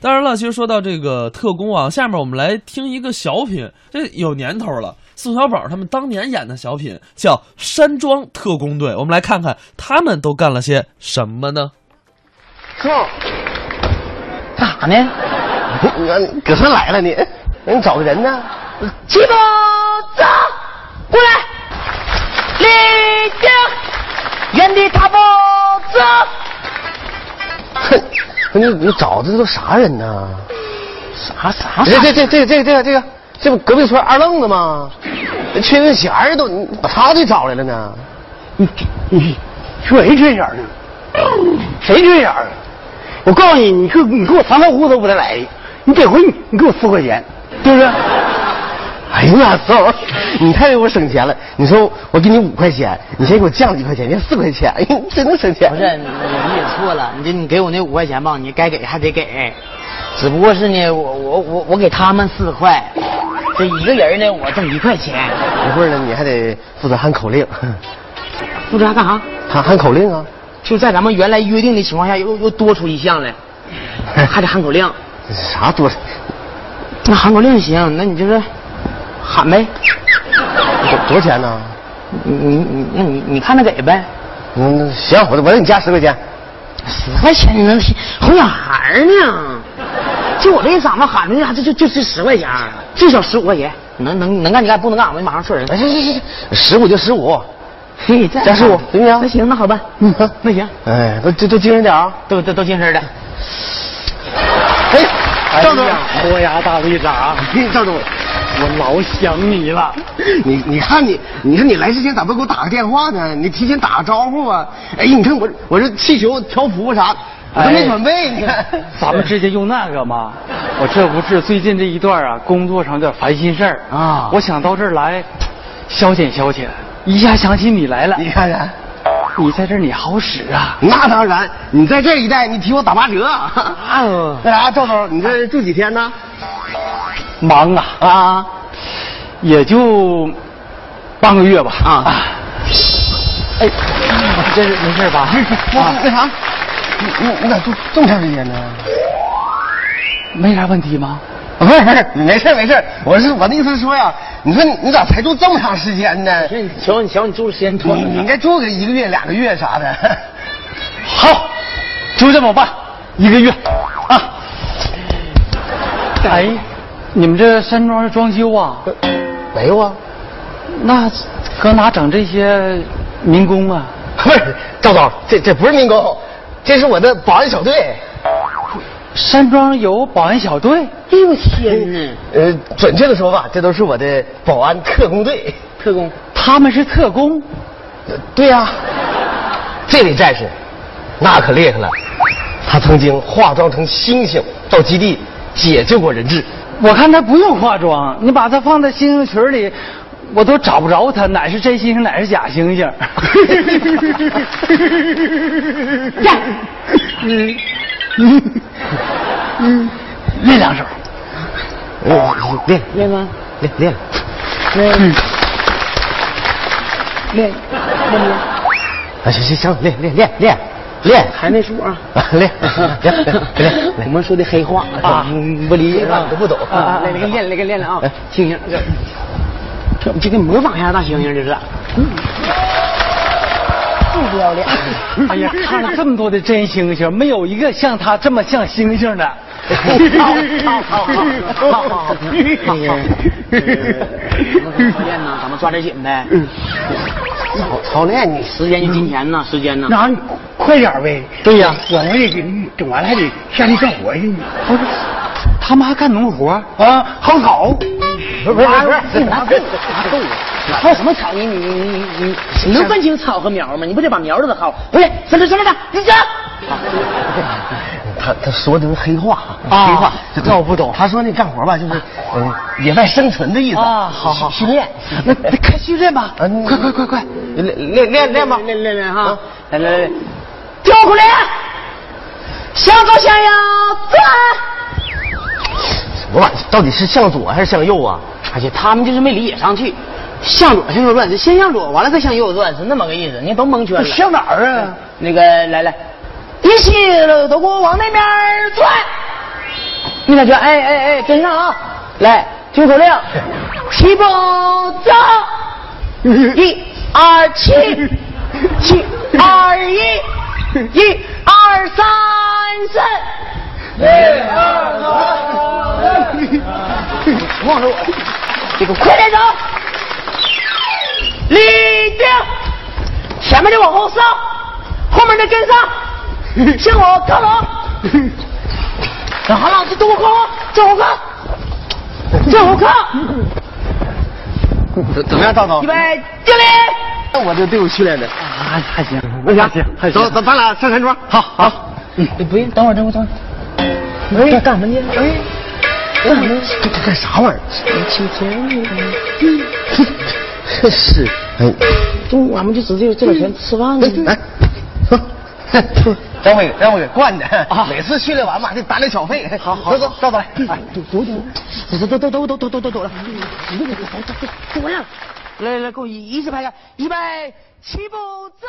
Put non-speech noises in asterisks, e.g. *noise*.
当然了，其实说到这个特工啊，下面我们来听一个小品，这有年头了。宋小宝他们当年演的小品叫《山庄特工队》，我们来看看他们都干了些什么呢？哥，干啥呢？你嗯搁这来了你？你找个人呢？齐步走，过来，立正，原地踏步走。哼，你你找的这都啥人呢？啥啥哎这啥？这这这这这个这个，这不隔壁村二愣子吗？缺根弦儿都，你把他给找来了呢？你你说谁缺眼呢？谁缺眼啊？我告诉你，你给你给我藏头屋都不带来的。你这回你你给我四块钱，对不对？ *laughs* 哎呀妈，宋，你太为我省钱了。你说我给你五块钱，你先给我降几块钱，你看四块钱，哎，你真能省钱。不是，我理解错了。你这你给我那五块钱吧，你该给还得给，只不过是呢，我我我我给他们四块，这一个人呢，我挣一块钱。一会儿呢，你还得负责喊口令，不知道干啥？喊喊口令啊。就在咱们原来约定的情况下，又又多出一项来，还得喊口令。 *laughs* 啥多？那喊口令行，那你就是喊呗。多多少钱呢？你你你，那你你看着给呗。嗯，行，我我给你加十块钱。十块钱能哄小孩儿呢？就我这一嗓子喊出去，还就就就值十块钱儿，最少十五块钱。能能能干你干，不能干我就马上撤人。哎，行行行，十五就十五。嘿，这加十五行不行那行，那好办。嗯，那行，哎，都都都精神点啊！都都都精神的。哎，赵总哎呀豁牙大啊队长， *laughs* 赵总，我老想你了。你你看你，你说你来之前咋不给我打个电话呢？你提前打个招呼啊！哎，你看我我这气球、条幅啥，我都没准备，你看。哎 *laughs* 咱们直接用那个嘛。我这不是最近这一段啊，工作上有点烦心事儿啊我想到这儿来消遣消遣，一下想起你来了。 *laughs* 你看看，你在这儿你好使啊！那当然，你在这一带你替我打八折。哎呦那啥，赵总，你这住几天呢？忙啊，啊也就半个月吧。啊哎，这是没事吧？啊那那啥，啊你你你咋住这么长时间呢？没啥问题吗？不是不是，你没事没事，我是我的意思是说呀，你说你你咋才住这么长时间呢？你瞧，你瞧，你住的时间你你应该住个一个月、两个月 *laughs* 啥的。好，就这么办，一个月啊。哎，你们这山庄是装修啊？没有啊，那搁哪整这些民工啊？ *laughs* 不是赵总，这这不是民工，这是我的保安小队。山庄有保安小队，哎呦我天哪！呃，准确的说法，这都是我的保安特工队。特工，他们是特工。呃对呀、这位战士，那可厉害了，他曾经化妆成猩猩到基地解救过人质。我看他不用化妆，你把他放在猩猩群里，我都找不着他，哪是真猩猩，哪是假猩猩。嗯嗯嗯，练两手。呃练练吗？练练了，练练练练，啊行行行，练练练练练，还那数啊？啊 *laughs* 练练练练我练。们说的黑话啊嗯不理解啊都不懂啊，来来，给练来给练了啊来！猩猩，这这这个模仿一下大猩猩，这是。嗯不要脸！嗯哎呀，看了这么多的真猩猩，没有一个像他这么像猩猩的。那个，呃练呢，咱们抓点紧呗。操操练你时间就金钱呐，时间呐。那你快点儿呗，对呀、我们也给你整完了还得下地干活去呢。不是，他们还干农活？啊，薅草，不是不是不是，拿够拿够了！你薅什么草？你你你你你你能分清草和苗吗？你不得把苗都得薅？不是，上来上来的，你这他他说的是黑话啊黑话，这我不懂他说那干活吧，就是嗯野外生存的意思啊好好训练。那那开训练吧！啊你快快快快！练练练练吧，练练练哈啊！来来来，调过来，向左向右转。什么玩意儿？到底是向左还是向右啊？而且哎他们就是没理解上去，向左向右转，先向左，完了再向右转，是那么个意思。你都蒙圈了。上哪儿啊？那个来来，一起了，都给我往那边转。一闪拳，哎哎哎，跟上啊！来，听口令，起步走，一二七，七二一，一二三四，一二三四，望着我，这个快点走，立定，前面的往后上，后面的跟上，向我靠拢。让韩老师动我靠啊，正后靠，正后靠，怎怎么样，赵总预？备，敬礼。我这队伍训练的，还还行，为啥？行，还行走，。咱咱俩上山庄。好，好。不用，等会儿，等会儿，等会儿。哎，干什么呢？哎，干什么？这这干啥玩意儿？真是，哎，中午俺们就指定这点钱吃饭呢。来，走，让我给让我给惯的。每次训练完嘛，得打点小费。好好，走走，赵总来。走走走走走走走走走了。来来来，给我一一字排开，预备，起步走。